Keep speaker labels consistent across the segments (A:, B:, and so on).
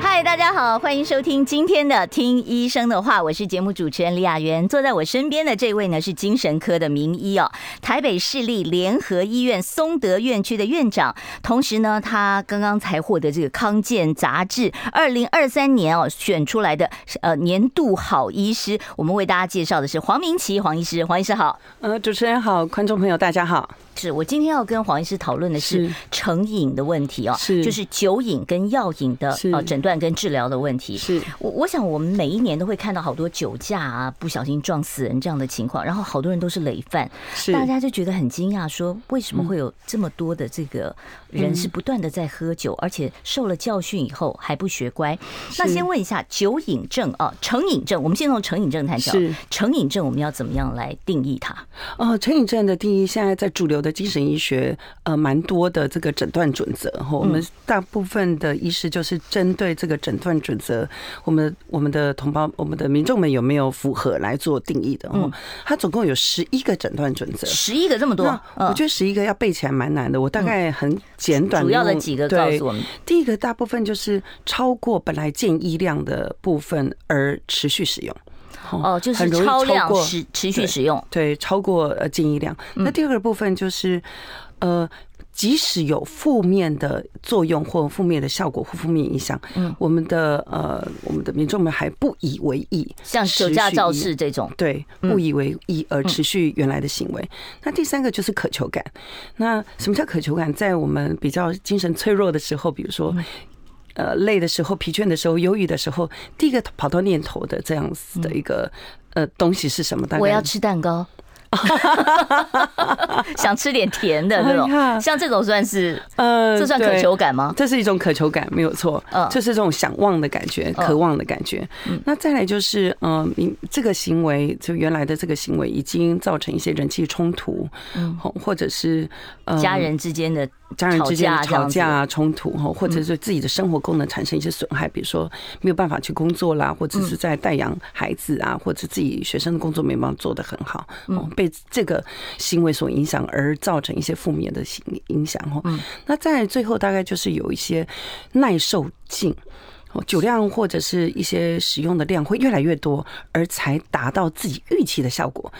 A: 嗨，大家好，欢迎收听今天的《听医生的话》，我是节目主持人李雅媛。坐在我身边的这位呢是精神科的名医哦，台北市立联合医院松德院区的院长，同时呢，他刚刚才获得这个康健杂志二零二三年哦选出来的呃年度好医师。我们为大家介绍的是黄明奇黄医师，黄医师好。
B: 呃，主持人好，观众朋友大家好。
A: 是我今天要跟黄医师讨论的是
B: 是
A: 成瘾的问题哦，
B: 是
A: 就是酒瘾跟药瘾的
B: 是
A: 呃诊断跟治疗的问题。
B: 是
A: 我我想我们每一年都会看到好多酒驾啊，不小心撞死人这样的情况，然后好多人都是累犯，
B: 是
A: 大家就觉得很惊讶，说为
B: 嗯
A: 什么会有这么多的这个人是不断的在喝酒，而且受了教训以后还不学乖？那
B: 是
A: 先问一下酒瘾症啊，成瘾症，我们先从成瘾症谈起啊。
B: 是
A: 成瘾症，我们要怎么样来定义 它？
B: 哦，成瘾症的定义现在在主流的精神医学，呃，蛮多的这个诊断准则。哈，
A: 嗯
B: 我们大部分的医师就是针对这个诊断准则，我们我们的同胞、我们的民众们有没有符合来做定义的？哦，它总共有十一个诊断准则。
A: 嗯十一个这么多，
B: 那我
A: 嗯
B: 觉得十一个要背起来蛮难的，我大概很简短
A: 主要的
B: 用
A: 几个告
B: 对
A: 诉我们。
B: 第一个大部分就是超过本来建议量的部分而持续使用，
A: 哦，就
B: 很
A: 是
B: 容易
A: 超量
B: 过
A: 持持续
B: 对
A: 使用，嗯
B: 对，超过呃建议量。那第二个部分就是，呃，即使有负面的作用或负面的效果或负面影响，嗯，我们的呃我们的民众们还不以为意，
A: 像酒
B: 持
A: 驾
B: 续
A: 肇
B: 依
A: 事这种，
B: 对，
A: 嗯
B: 不以为意而持续原来的行为。那第三个就是渴求感。那什么叫渴求感？在我们比较精神脆弱的时候，比如
A: 嗯
B: 说。呃，累的时候、疲倦的时候、忧郁的时候，第一个跑到念头的这样子的一个、呃东西是什么？大概
A: 嗯我要吃蛋糕，想吃点甜的那
B: 哎呀
A: 种，像这种算是
B: 呃
A: 这算渴
B: 对嗯
A: 求感吗？
B: 这是一种渴求感，没有错，
A: 嗯
B: 就是这种想望的感觉、
A: 嗯
B: 渴望的感觉。那再来就是，嗯、呃，你这个行为，就原来的这个行为已经造成一些人际冲突，嗯，或者是、呃
A: 家人之间的
B: 家人之间的
A: 吵架这样
B: 吵
A: 子
B: 架啊、冲突哈，或者是自己的生活功能产生一些损害，比如说没有办法去工作啦，或者是在带养孩子啊，或者自己学生的工作没办法做得很好，
A: 嗯
B: 哦，被这个行为所影响而造成一些负面的行影响哈。
A: 嗯
B: 那在最后大概就是有一些耐受性。哦酒量或者是一些使用的量会越来越多，而才达到自己预期的效果，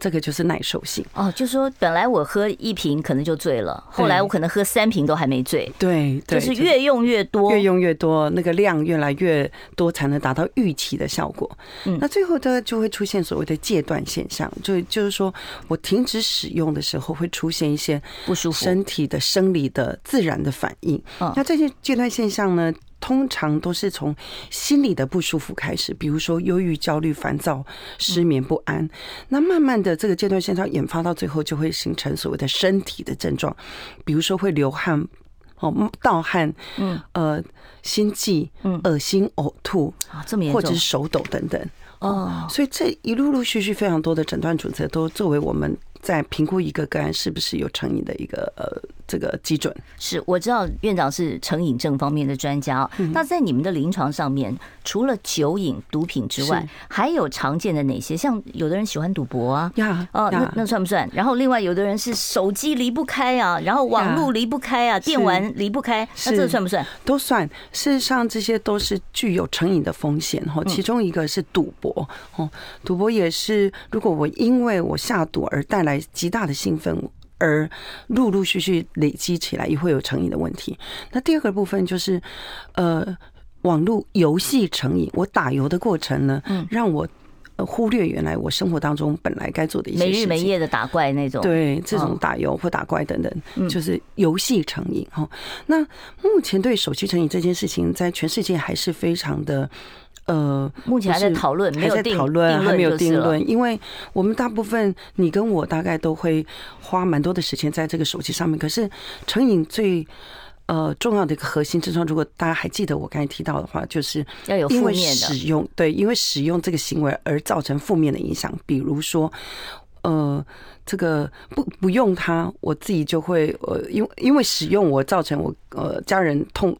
B: 这个就是耐受性。
A: 哦，就说本来我喝一瓶可能就醉了，后来
B: 对
A: 我可能喝三瓶都还没醉，
B: 对，对
A: 就是越用越多，
B: 越用越多，那个量越来越多，才能达到预期的效果。
A: 嗯
B: 那最后呢，就会出现所谓的戒断现象，就就是说我停止使用的时候，会出现一些
A: 不舒服。
B: 身体的生理的自然的反应。
A: 嗯
B: 那这些戒断现象呢，通常都是从心理的不舒服开始，比如说忧郁、焦虑、烦躁、失眠、不
A: 嗯
B: 安。那慢慢的，这个戒断现象引发到最后，就会形成所谓的身体的症状，比如说会流汗。哦，盗汗，嗯，呃，心悸，嗯，恶心、呕吐，
A: 啊，这么严
B: 或
A: 重
B: 者是手抖等等。
A: 哦，
B: 所以这一陆陆续续非常多的诊断准则都作为我们在评估一个个案是不是有成瘾的一个呃这个基准。
A: 是我知道院长是成瘾症方面的专家哦。
B: 嗯
A: 那在你们的临床上面，除了酒瘾、毒品之外
B: 是，
A: 还有常见的哪些？像有的人喜欢赌博啊，
B: 呀
A: 哦，那
B: 呀
A: 那算不算？然后另外有的人是手机离不开啊，然后网络离不开啊，电玩离不开，那
B: 是
A: 这个算不算？
B: 都算。事实上，这些都是具有成瘾的风险哈。
A: 嗯
B: 其中一个是赌博哦，赌博也是，如果我因为我下赌而带来极大的兴奋。而陆陆续续累积起来，也会有成瘾的问题。那第二个部分就是，呃，网络游戏成瘾。我打游的过程呢，
A: 嗯
B: 让我呃忽略原来我生活当中本来该做的一些
A: 没
B: 事情。
A: 日没夜的打怪那种，，
B: 对，这种
A: 嗯
B: 打油或打怪等等，就是游戏成瘾哈。那目前对手机成瘾这件事情，在全世界还是非常的。呃，
A: 目前还在
B: 不是
A: 讨论没有
B: 还在
A: 定
B: 讨论，
A: 定
B: 还没有
A: 论就是
B: 定
A: 了
B: 论，因为我们大部分你跟我大概都会花蛮多的时间在这个手机上面。可是成瘾最呃重要的一个核心症状，如果大家还记得我刚才提到的话，就是
A: 要有
B: 因
A: 负
B: 为
A: 面的
B: 使用对，因为使用这个行为而造成负面的影响，比如说。呃，这个不不用它，我自己就会呃，因为因为使用我造成我呃家人痛，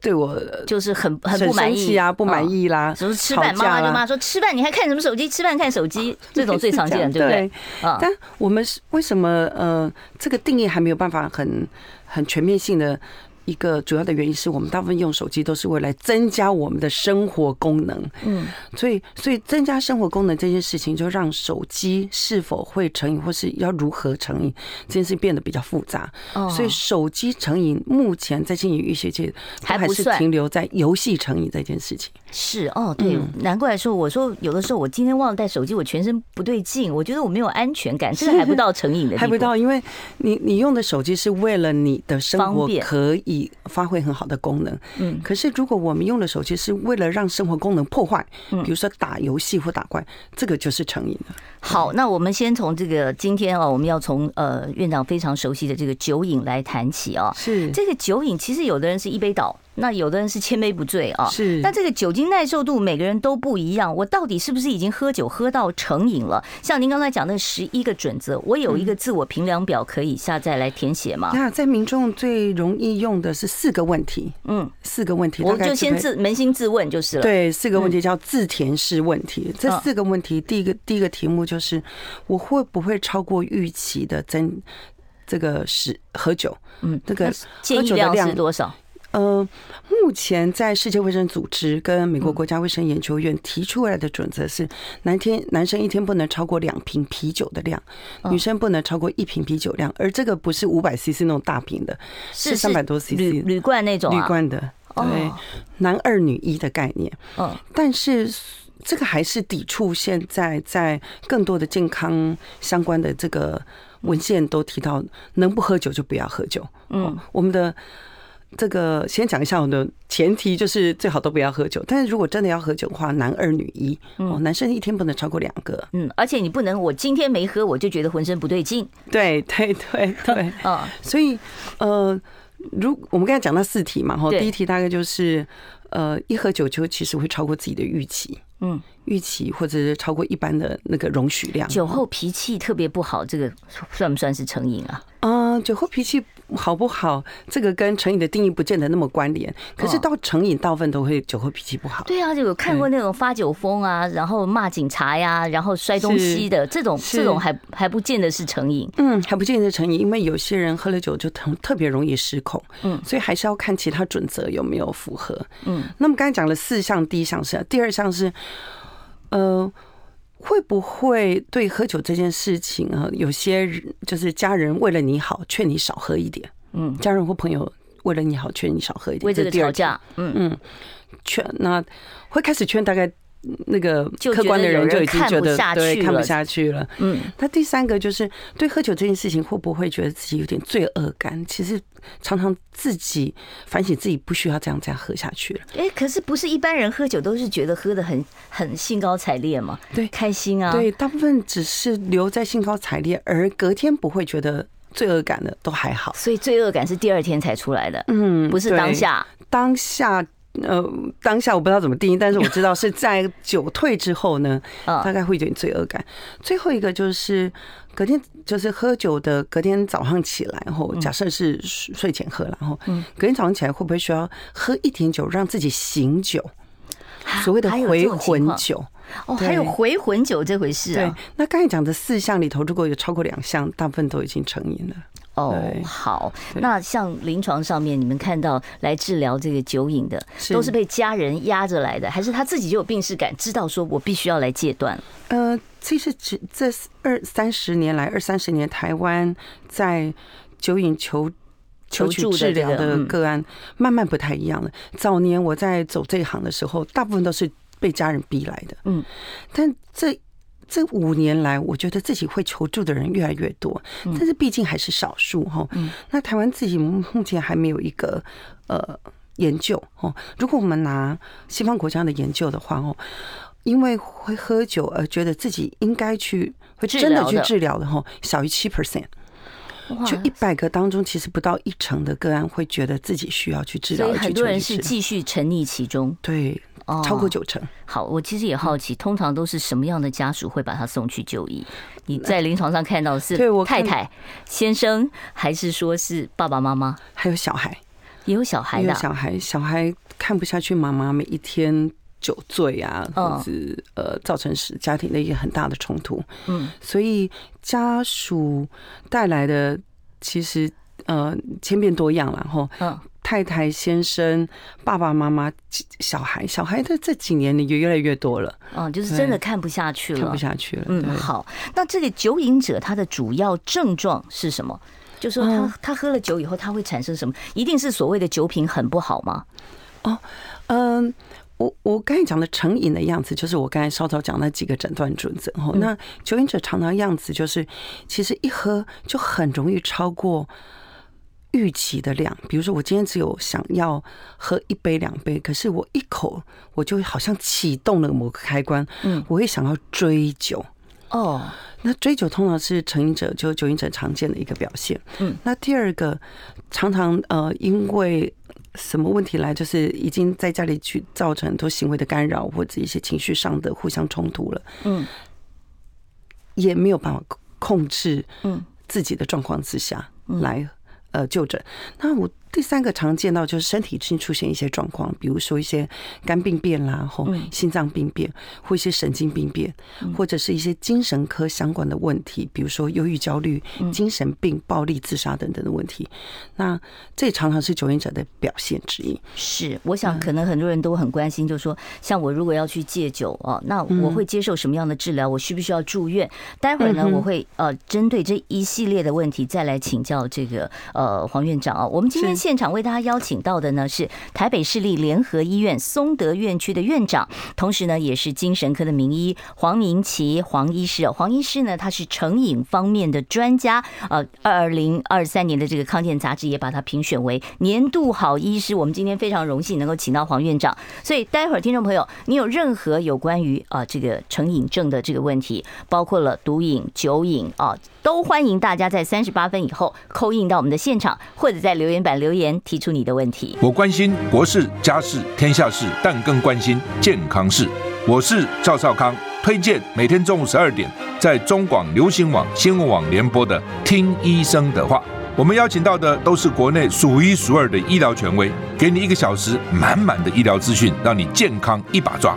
B: 对我
A: 就是很很
B: 很
A: 不满
B: 生
A: 意
B: 气啊，不满
A: 嗯
B: 意啦，
A: 什么吃
B: 吵
A: 饭，妈
B: 架啊
A: 妈就
B: 啦
A: 骂说吃饭你还看什么手机？吃饭看手机，这种最常
B: 是
A: 见，
B: 这
A: 对不
B: 样
A: 对？啊，
B: 但我们是为什么呃这个定义还没有办法很很全面性的一个主要的原因是我们大部分用手机都是为了增加我们的生活功能，
A: 嗯，
B: 所以所以增加生活功能这件事情，就让手机是否会成瘾或是要如何成瘾这件事变得比较复杂。
A: 哦
B: 所以手机成瘾目前在心理医学界都
A: 还
B: 还
A: 不
B: 是
A: 算
B: 停留在游戏成瘾这件事情。
A: 是哦，对，
B: 嗯
A: 难怪说我说有的时候我今天忘了带手机，我全身不对劲，我觉得我没有安全感，这个还不到成瘾的地 步，
B: 还不到，因为你你用的手机是为了你的生
A: 方
B: 活
A: 便
B: 可以发挥很好的功能。
A: 嗯
B: 可是如果我们用的手机是为了让生活功能破坏，
A: 嗯
B: 比如说打游戏或打怪，这个就是成瘾了。
A: 好，那我们先从这个今天哦，我们要从呃院长非常熟悉的这个酒瘾来谈起哦。
B: 是
A: 这个酒瘾其实有的人是一杯倒，那有的人是千杯不醉啊、
B: 是
A: 那这个酒精耐受度每个人都不一样，我到底是不是已经喝酒喝到成瘾了？像您刚才讲的十一个准则，我有一个自我评量表可以下载来填写吗？
B: 嗯那在民众最容易用的是四个问题，
A: 嗯，
B: 四个问题，
A: 我
B: 大概
A: 就先
B: 可以
A: 自扪心自问就是了。，
B: 对，四个问题叫自填式问题。这
A: 嗯
B: 四个问题，第一个第一个题目就是我会不会超过预期的增这个是喝酒？
A: 嗯，
B: 这个喝
A: 建议
B: 酒的
A: 量
B: 量
A: 是多少？
B: 呃，目前在世界卫生组织跟美国
A: 嗯
B: 国家卫生研究院提出来的准则是，男天男生一天不能超过两瓶啤酒的量，
A: 嗯
B: 女生不能超过一瓶啤酒量，而这个不是五百 CC 那种大瓶的，是三百多 CC
A: 铝
B: 铝
A: 铝罐那种啊。
B: 罐的，对
A: 哦，
B: 男二女一的概念。
A: 嗯，
B: 但是这个还是抵触现在在更多的健康相关的这个文献都提到，能不喝酒就不要喝酒。
A: 嗯
B: 哦，我们的。这个先讲一下我的前提，就是最好都不要喝酒。但是如果真的要喝酒的话，男二女一哦，男生一天不能超过两个。
A: 嗯，而且你不能，我今天没喝，我就觉得浑身不对劲。
B: 对对对对，
A: 嗯，
B: 所以呃，如我们刚才讲到四题嘛，哈，
A: 对
B: 第一题大概就是呃，一喝酒就其实会超过自己的预期，
A: 嗯，
B: 预期或者是超过一般的那个容许量。
A: 酒后脾气特别不好，这个算不算是成瘾啊？
B: 嗯、酒后脾气好不好，这个跟成瘾的定义不见得那么关联。可是
A: 哦
B: 到成瘾大部分都会酒后脾气不好。
A: 对啊，就有看过那种发酒疯啊，然后骂警察呀、然后摔东西的这种，
B: 嗯是
A: 这种还还不见得是成瘾。
B: 嗯，还不见得成瘾，因为有些人喝了酒就特特别容易失控，
A: 嗯
B: 所以还是要看其他准则有没有符合。
A: 嗯，
B: 那么刚才讲了四项，第一项是，第二项是，呃，会不会对喝酒这件事情啊，有些人就是家人为了你好，劝你少喝一点，
A: 嗯，
B: 家人或朋友为了你好，劝你少喝一点，
A: 为这个
B: 是第二
A: 吵架，嗯，
B: 劝，那会开始劝，大概嗯那个
A: 就
B: 客
A: 觉
B: 观
A: 得
B: 的
A: 有
B: 人
A: 人
B: 就已经
A: 看
B: 觉
A: 不
B: 得
A: 下
B: 对
A: 去
B: 看不
A: 了
B: 下去了，
A: 嗯，
B: 那第三个就是对喝酒这件事情，会不会觉得自己有点罪恶感？其实常常自己反省自己，不需要这样这样喝下去了。
A: 哎，可是不是一般人喝酒都是觉得喝的很很兴高采烈嘛？
B: 对
A: 开心啊，
B: 对，大部分只是留在兴高采烈，而隔天不会觉得罪恶感的，都还好。
A: 所以罪恶感是第二天才出来的，
B: 嗯
A: 不是
B: 对
A: 当下。
B: 当下。呃，当下我不知道怎么定义，但是我知道是在酒退之后呢，
A: 嗯
B: 大概会有点罪恶感。最后一个就是隔天，就是喝酒的隔天早上起来后，
A: 嗯
B: 假设是睡睡前喝啦，然后隔天早上起来会不会需要喝一点酒让自己醒酒？所谓的
A: 啊还有这
B: 回
A: 种情
B: 魂
A: 况
B: 酒，
A: 哦，
B: 对
A: 还有回魂酒这回事
B: 对
A: 啊。。
B: 那刚才讲的四项里头，如果有超过两项，大部分都已经成瘾了。
A: 哦
B: 对，
A: 好，
B: 对
A: 那像临床上面你们看到来治疗这个酒瘾的，
B: 是
A: 都是被家人压着来的，还是他自己就有病耻感，知道说我必须要来戒断？
B: 呃，其实只这二三十年来，二三十年台湾在酒瘾求
A: 求
B: 求取
A: 助的
B: 治
A: 这
B: 疗
A: 个
B: 的
A: 嗯
B: 个案，慢慢不太一样了。早年我在走这一行的时候，大部分都是被家人逼来的，
A: 嗯，
B: 但这。这五年来，我觉得自己会求助的人越来越多，
A: 嗯
B: 但是毕竟还是少数哈。那台湾自己目前还没有一个呃研究哦。如果我们拿西方国家的研究的话哦，因为会喝酒而觉得自己应该去会
A: 治
B: 真的
A: 疗
B: 去
A: 的
B: 治疗的吼，小于七 percent，
A: 哇
B: 就一百个当中，其实不到一成的个案会觉得自己需要去治疗，
A: 所以
B: 而去
A: 很多
B: 就
A: 人
B: 医
A: 是
B: 治疗
A: 继续沉溺其中。
B: 对
A: 哦
B: 超过九成。
A: 好，我其实也好奇，通常都是什么样的家属会把他送去就医？你在临床上看到是
B: 对我
A: 太
B: 看
A: 太、先生，还是说是爸爸妈妈？
B: 还有小孩，
A: 也有小孩
B: 也
A: 的
B: 有
A: 啊，
B: 小孩，小孩看不下去妈妈每一天酒醉啊，
A: 嗯
B: 或者呃造成是家庭的一个很大的冲突，
A: 嗯，
B: 所以家属带来的其实呃千变多样了哈。
A: 嗯，
B: 太太、先生、爸爸妈妈、几小孩，小孩的这几年里也越来越多了，
A: 嗯，就是真的看不下去
B: 看
A: 了
B: 不。下去了。
A: 嗯，
B: 对
A: 好，那这个酒瘾者他的主要症状是什么？就说他、
B: 嗯
A: 他喝了酒以后，他会产生什么？一定是所谓的酒品很不好吗？
B: 嗯，我我刚才讲的成瘾的样子，就是我刚才稍早讲那几个诊断准则哦。那酒瘾者常常样子就是，其实一喝就很容易超过。预期的量，比如说我今天只有想要喝一杯两杯，可是我一口我就好像启动了某个开关，
A: 嗯，
B: 我会想要追酒，
A: 哦，
B: 那追酒通常是成瘾者，就酒瘾者常见的一个表现。
A: 嗯，
B: 那第二个，常常呃，因为什么问题来，就是已经在家里去造成很多行为的干扰，或者一些情绪上的互相冲突了。
A: 嗯，
B: 也没有办法控制
A: 嗯
B: 自己的状况之下来呃就诊。那我第三个常见到就是身体已经出现一些状况，比如说一些肝病变啦，吼
A: 嗯
B: 心脏病变，或一些神经病变，或者是一些精神科相关的问题，比如说忧郁、焦虑、
A: 嗯
B: 精神病、暴力、自杀等等的问题。那这常常是酒瘾者的表现之一。
A: 是，我
B: 嗯
A: 想可能很多人都很关心，就是说，像我如果要去戒酒哦，那
B: 嗯
A: 我会接受什么样的治疗？我需不需要住院？待会儿
B: 嗯
A: 呢，我会呃针对这一系列的问题再来请教这个呃黄院长啊。我们今天
B: 是
A: 现场为大家邀请到的呢是台北市立联合医院松德院区的院长，同时呢也是精神科的名医黄明奇黄医师哦。黄医师呢他是成瘾方面的专家，呃，二零二三年的这个康健杂志也把他评选为年度好医师。我们今天非常荣幸能够请到黄院长，所以待会儿听众朋友，你有任何有关于啊、这个成瘾症的这个问题，包括了毒瘾、酒瘾啊、都欢迎大家在三十八分以后扣印到我们的现场，或者在留言板留言提出你的问题。
C: 我关心国事、家事、天下事，但更关心健康事。我是赵少康，推荐每天中午十二点在中广流行网、新闻网联播的《听医生的话》。我们邀请到的都是国内数一数二的医疗权威，给你一个小时满满的医疗资讯，让你健康一把抓。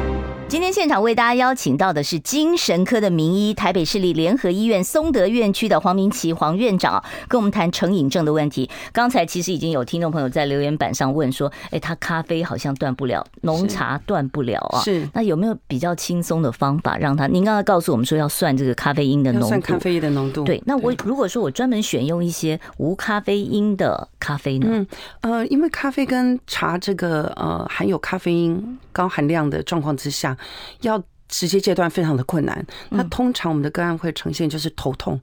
A: 今天现场为大家邀请到的是精神科的名医，台北市立联合医院松德院区的黄明奇黄院长啊，跟我们谈成瘾症的问题。刚才其实已经有听众朋友在留言板上问说，哎，他咖啡好像断不了，浓茶断不了啊。
B: 是
A: 那有没有比较轻松的方法让他？您刚刚告诉我们说要算这个咖啡因的
B: 要
A: 浓
B: 算
A: 度
B: 咖，啡因的浓度。
A: 对。那我如果说我专门选用一些无咖啡因的咖啡呢？
B: 嗯，呃，因为咖啡跟茶这个呃含有咖啡因高含量的状况之下，要直接戒断非常的困难。
A: 嗯
B: 那通常我们的个案会呈现就是头痛、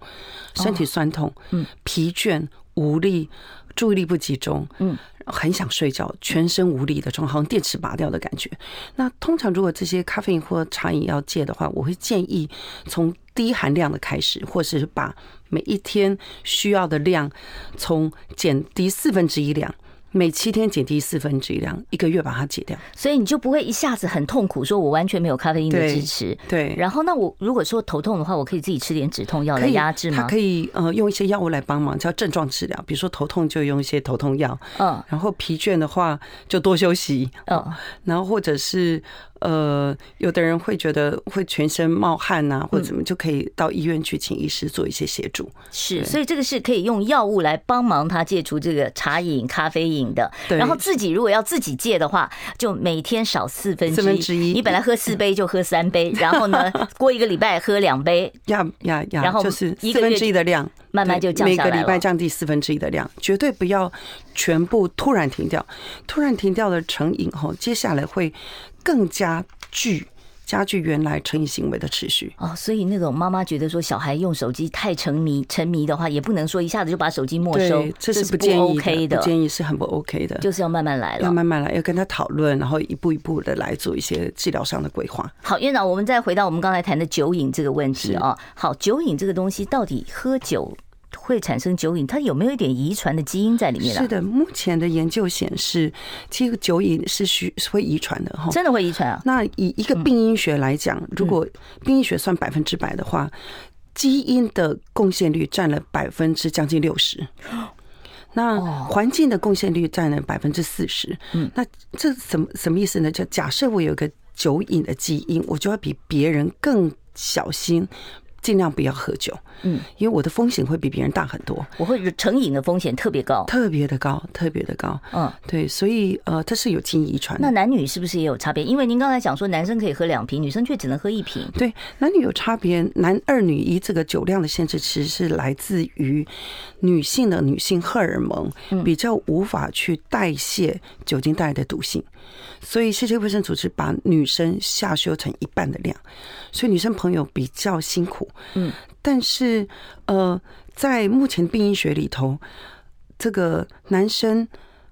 B: 身体酸痛、
A: 嗯
B: 疲倦、无力、注意力不集中，
A: 嗯，
B: 很想睡觉，全身无力的状况，好像电池拔掉的感觉。那通常如果这些咖啡因或茶饮要戒的话，我会建议从低含量的开始，或是把每一天需要的量从减低四分之一量，每七天减低四分之一量，一个月把它戒掉。
A: 所以你就不会一下子很痛苦，说我完全没有咖啡因的
B: 对
A: 支持。
B: 对，
A: 然后，那我如果说头痛的话，我可以自己吃点止痛药
B: 可
A: 来
B: 以
A: 压制
B: 它
A: 吗？
B: 可以呃用一些药物来帮忙，叫症状治疗，比如说头痛就用一些头痛药，
A: 嗯
B: 然后疲倦的话就多休息，
A: 嗯
B: 然后或者是呃，有的人会觉得会全身冒汗呐、或者怎么，就可以到医院去请医师做一些协助。
A: 是，所以这个是可以用药物来帮忙他戒除这个茶饮、咖啡饮的。
B: 对
A: 然后自己如果要自己戒的话，就每天少四分
B: 四分之一
A: 你本来喝四杯就喝三 杯，然后呢，过一个礼拜喝两杯，
B: 呀呀呀！
A: 然后
B: 就是
A: 一
B: 四
A: 个月
B: 分之一的量，
A: 慢慢
B: 对
A: 就降下来
B: 每个礼
A: 了
B: 拜降低四分之一的量，绝对不要全部突然停掉。突然停掉了成瘾后，接下来会更加剧加剧原来成瘾行为的持续。
A: 哦，所以那种妈妈觉得说小孩用手机太沉迷沉迷的话，也不能说一下子就把手机没收
B: 对，，这是
A: 不
B: 不建议
A: OK
B: 不建议是很不 OK 的。
A: 就是要慢慢来
B: 要
A: 了。
B: 慢慢来，要跟他讨论，然后一步一步的来做一些治疗上的规划。
A: 好，院长，我们再回到我们刚才谈的酒瘾这个问题啊、好，酒瘾这个东西到底喝酒会产生酒瘾，它有没有一点遗传的基因在里面啊？
B: 是，的，目前的研究显示，其实酒瘾是需是会遗传的哈。
A: 真的会遗传啊？
B: 那以一个病因学来讲，如果病因学算百分之百的话，基因的贡献率占了百分之将近六十。那环境的贡献率占了百分之四十，嗯，那这什么什么意思呢？就假设我有一个酒瘾的基因，我就要比别人更小心，尽量不要喝酒，
A: 嗯，
B: 因为我的风险会比别人大很多，
A: 我会成瘾的风险特别高。
B: 特别的高，特别的高，
A: 嗯，
B: 对，所以呃，它是有基因遗传的。
A: 那男女是不是也有差别？因为您刚才讲说男生可以喝两瓶，女生却只能喝一瓶。
B: 对，男女有差别，男二女一这个酒量的限制，其实是来自于女性的女性荷尔蒙
A: 嗯
B: 比较无法去代谢酒精带来的毒性，所以世界卫生组织把女生下修成一半的量，所以女生朋友比较辛苦。嗯，但是呃，在目前病因学里头，这个男生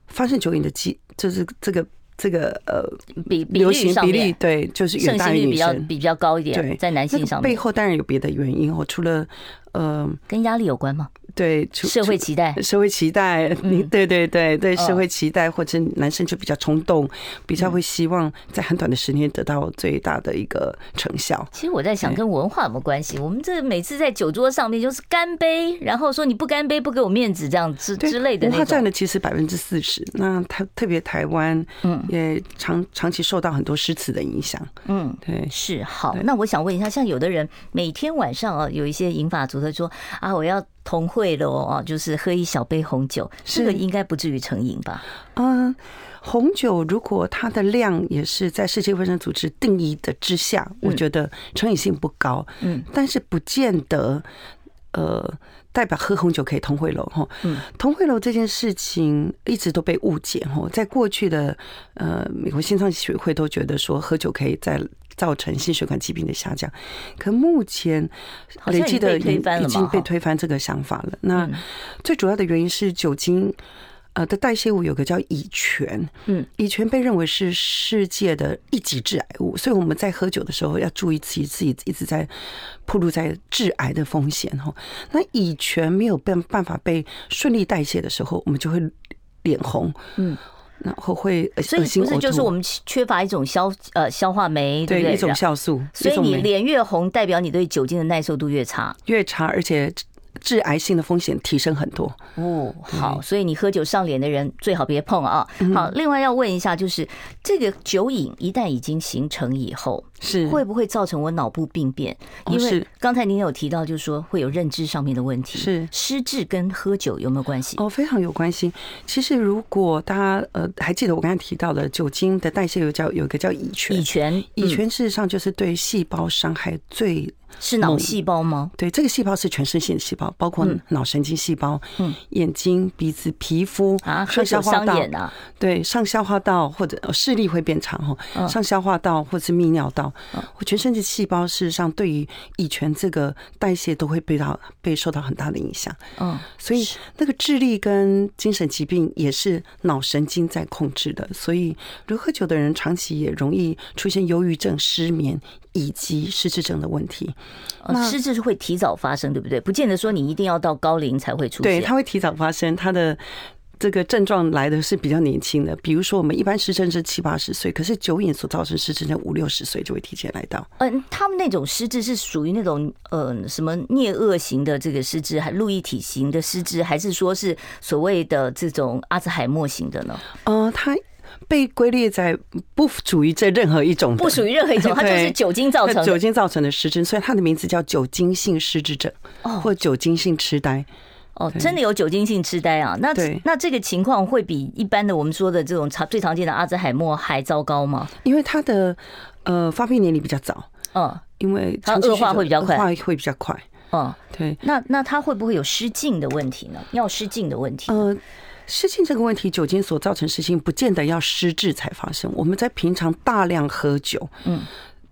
B: 发生酒瘾的机，就是这个这个呃。
A: 比比
B: 流
A: 率
B: 行
A: 上
B: 比例
A: 面，
B: 对，就是远
A: 盛
B: 大
A: 行
B: 于
A: 率
B: 女
A: 比较
B: 生，
A: 比较高一点，
B: 对，
A: 在男
B: 那
A: 性
B: 个
A: 上
B: 背
A: 面，
B: 后当然有别的原因哦，除了呃，
A: 跟压力有关吗？
B: 对，除
A: 社会
B: 除
A: 期待，
B: 社会期待，你对对对对，
A: 嗯
B: 社会期待，或者男生就比较冲动，比较会希望在很短的时间得到最大的一个成效。
A: 其实我在想，
B: 对
A: 跟文化有没有关系？我们这每次在酒桌上面就是干杯，然后说你不干杯不给我面子，这样之
B: 对
A: 之类的
B: 文化
A: 那
B: 占
A: 种。
B: 了其实百分之四十，那他特别台湾，嗯，也长长期受到很多诗词的影响，
A: 嗯，
B: 对，
A: 是好。
B: 对
A: 那我想问一下，像有的人每天晚上啊，有一些银发族的说啊，我要同会了哦，啊就是喝一小杯红酒，
B: 是
A: 这个应该不至于成瘾吧？
B: 嗯，红酒如果它的量也是在世界卫生组织定义的之下，我觉得成瘾性不高。
A: 嗯，
B: 但是不见得，呃，代表喝红酒可以通惠楼哈。
A: 嗯，
B: 通惠楼这件事情一直都被误解哈，在过去的呃美国心脏学会都觉得说喝酒可以在造成心血管疾病的下降，可目前
A: 好像
B: 累积的
A: 已经被推翻了
B: 已
A: 嘛
B: 经被
A: 哈
B: 推翻这个想法了。那
A: 嗯
B: 最主要的原因是酒精。呃的代谢物有个叫乙醛，
A: 嗯，
B: 乙醛被认为是世界的一级致癌物，所以我们在喝酒的时候要注意自己自己一直在暴露在致癌的风险哈。那乙醛没有办办法被顺利代谢的时候，我们就会脸红，嗯，然后会恶
A: 所以
B: 恶心
A: 不是
B: 呕
A: 就是我
B: 吐，
A: 们缺乏一种消呃消化酶，对不
B: 对
A: 对？
B: 一种
A: 然
B: 酵
A: 后
B: 素，
A: 所以
B: 一种
A: 你
B: 酶
A: 脸越红，代表你对酒精的耐受度越差。
B: 越查，而且致癌性的风险提升很多。
A: 哦，好，所以你喝酒上脸的人最好别碰啊。
B: 嗯
A: 好，另外要问一下，就是这个酒瘾一旦已经形成以后，
B: 是
A: 会不会造成我脑部病变？
B: 嗯哦
A: 因为
B: 是
A: 刚才您有提到，就是说会有认知上面的问题，
B: 是
A: 失智跟喝酒有没有关系？
B: 哦，非常有关系。其实如果大家呃还记得我刚才提到的酒精的代谢有叫有一个叫乙醛
A: 乙，醛，
B: 乙
A: 嗯
B: 醛事实上就是对细胞伤害最
A: 是
B: 嗯
A: 脑细胞吗？
B: 对，这个细胞是全身性的细胞，包括
A: 嗯
B: 脑神经细胞、
A: 嗯
B: 眼睛、鼻子、皮肤
A: 啊，喝
B: 上消
A: 酒
B: 化
A: 伤
B: 道，
A: 眼啊，
B: 对，上消化道或者呃视力会变差哈，
A: 嗯
B: 上消化道或是泌尿道，我全身的细胞事实上对于乙醛这个代谢都会被到被受到很大的影响，
A: 嗯，
B: 所以那个智力跟精神疾病也是脑神经在控制的，所以如喝酒的人长期也容易出现忧郁症、失眠以及失智症的问题。
A: 呃
B: 那
A: 失智是会提早发生，对不对？不见得说你一定要到高龄才会出
B: 对，
A: 现。
B: 它会提早发生，它的这个症状来的是比较年轻的。比如说，我们一般失智是七八十岁，可是酒瘾所造成失智症五六十岁就会提前来到。
A: 嗯，他们那种失智是属于那种呃什么颞颌型的这个失智，还路易体型的失智，还是说是所谓的这种阿兹海默型的呢？
B: 呃，它被归类在不属于这任何一种的，
A: 不属于任何一 种，它就是
B: 对
A: 酒精造成
B: 酒
A: 的。
B: 精造成的失智，所以它的名字叫酒精性失智症
A: 哦
B: 或酒精性痴呆。
A: 哦，真的有酒精性痴呆啊？那
B: 对
A: 那这个情况会比一般的我们说的这种常最常见的阿兹海默还糟糕吗？
B: 因为它的呃发病年龄比较早，
A: 嗯
B: 因为
A: 它
B: 长期
A: 恶化
B: 酗酒
A: 会比较快
B: 恶化会比较快。
A: 嗯，
B: 对，
A: 那那他会不会有失禁的问题呢？尿失禁的问题？
B: 呃，失禁这个问题，酒精所造成失禁，不见得要失智才发生。我们在平常大量喝酒，
A: 嗯，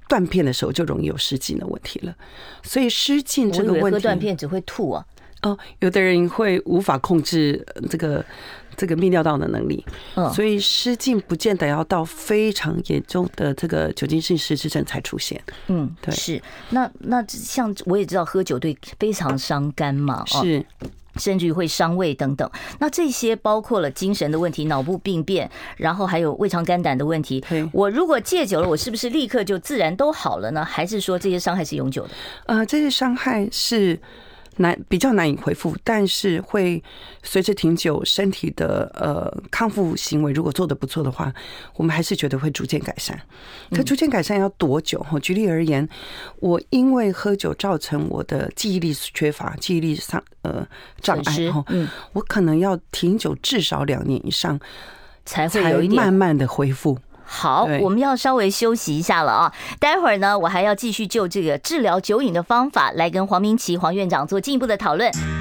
B: 断片的时候就容易有失禁的问题了。所以失禁
A: 我
B: 这
A: 以
B: 个
A: 为
B: 问
A: 喝
B: 题，
A: 断片只会吐啊，
B: 哦，有的人会无法控制呃这个这个泌尿道的能力，
A: 嗯
B: 所以失禁不见得要到非常严重的这个酒精性失智症才出现。
A: 嗯，
B: 对
A: 是。那那像我也知道喝酒对非常伤肝嘛，哦，
B: 是，
A: 甚至于会伤胃等等。那这些包括了精神的问题、脑部病变，然后还有胃肠肝胆的问题
B: 对。
A: 我如果戒酒了，我是不是立刻就自然都好了呢？还是说这些伤害是永久的？
B: 呃，这些伤害是难比较难以恢复，但是会随着停酒，身体的呃康复行为如果做得不错的话，我们还是觉得会逐渐改善。可
A: 嗯
B: 逐渐改善要多久？哈，举例而言，我因为喝酒造成我的记忆力缺乏，记忆力上呃障
A: 损
B: 碍
A: 失
B: 哈，
A: 嗯，
B: 我可能要停酒至少两年以上，
A: 才会
B: 才
A: 有一点
B: 慢慢的恢复。
A: 好，
B: 对
A: 我们要稍微休息一下了啊！待会儿呢，我还要继续就这个治疗酒瘾的方法来跟黄明奇黄院长做进一步的讨论。
D: 啊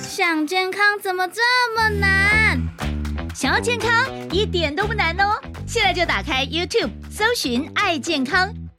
E: 想健康怎么这么难？
D: 想要健康一点都不难哦，现在就打开 YouTube 搜寻“爱健康”，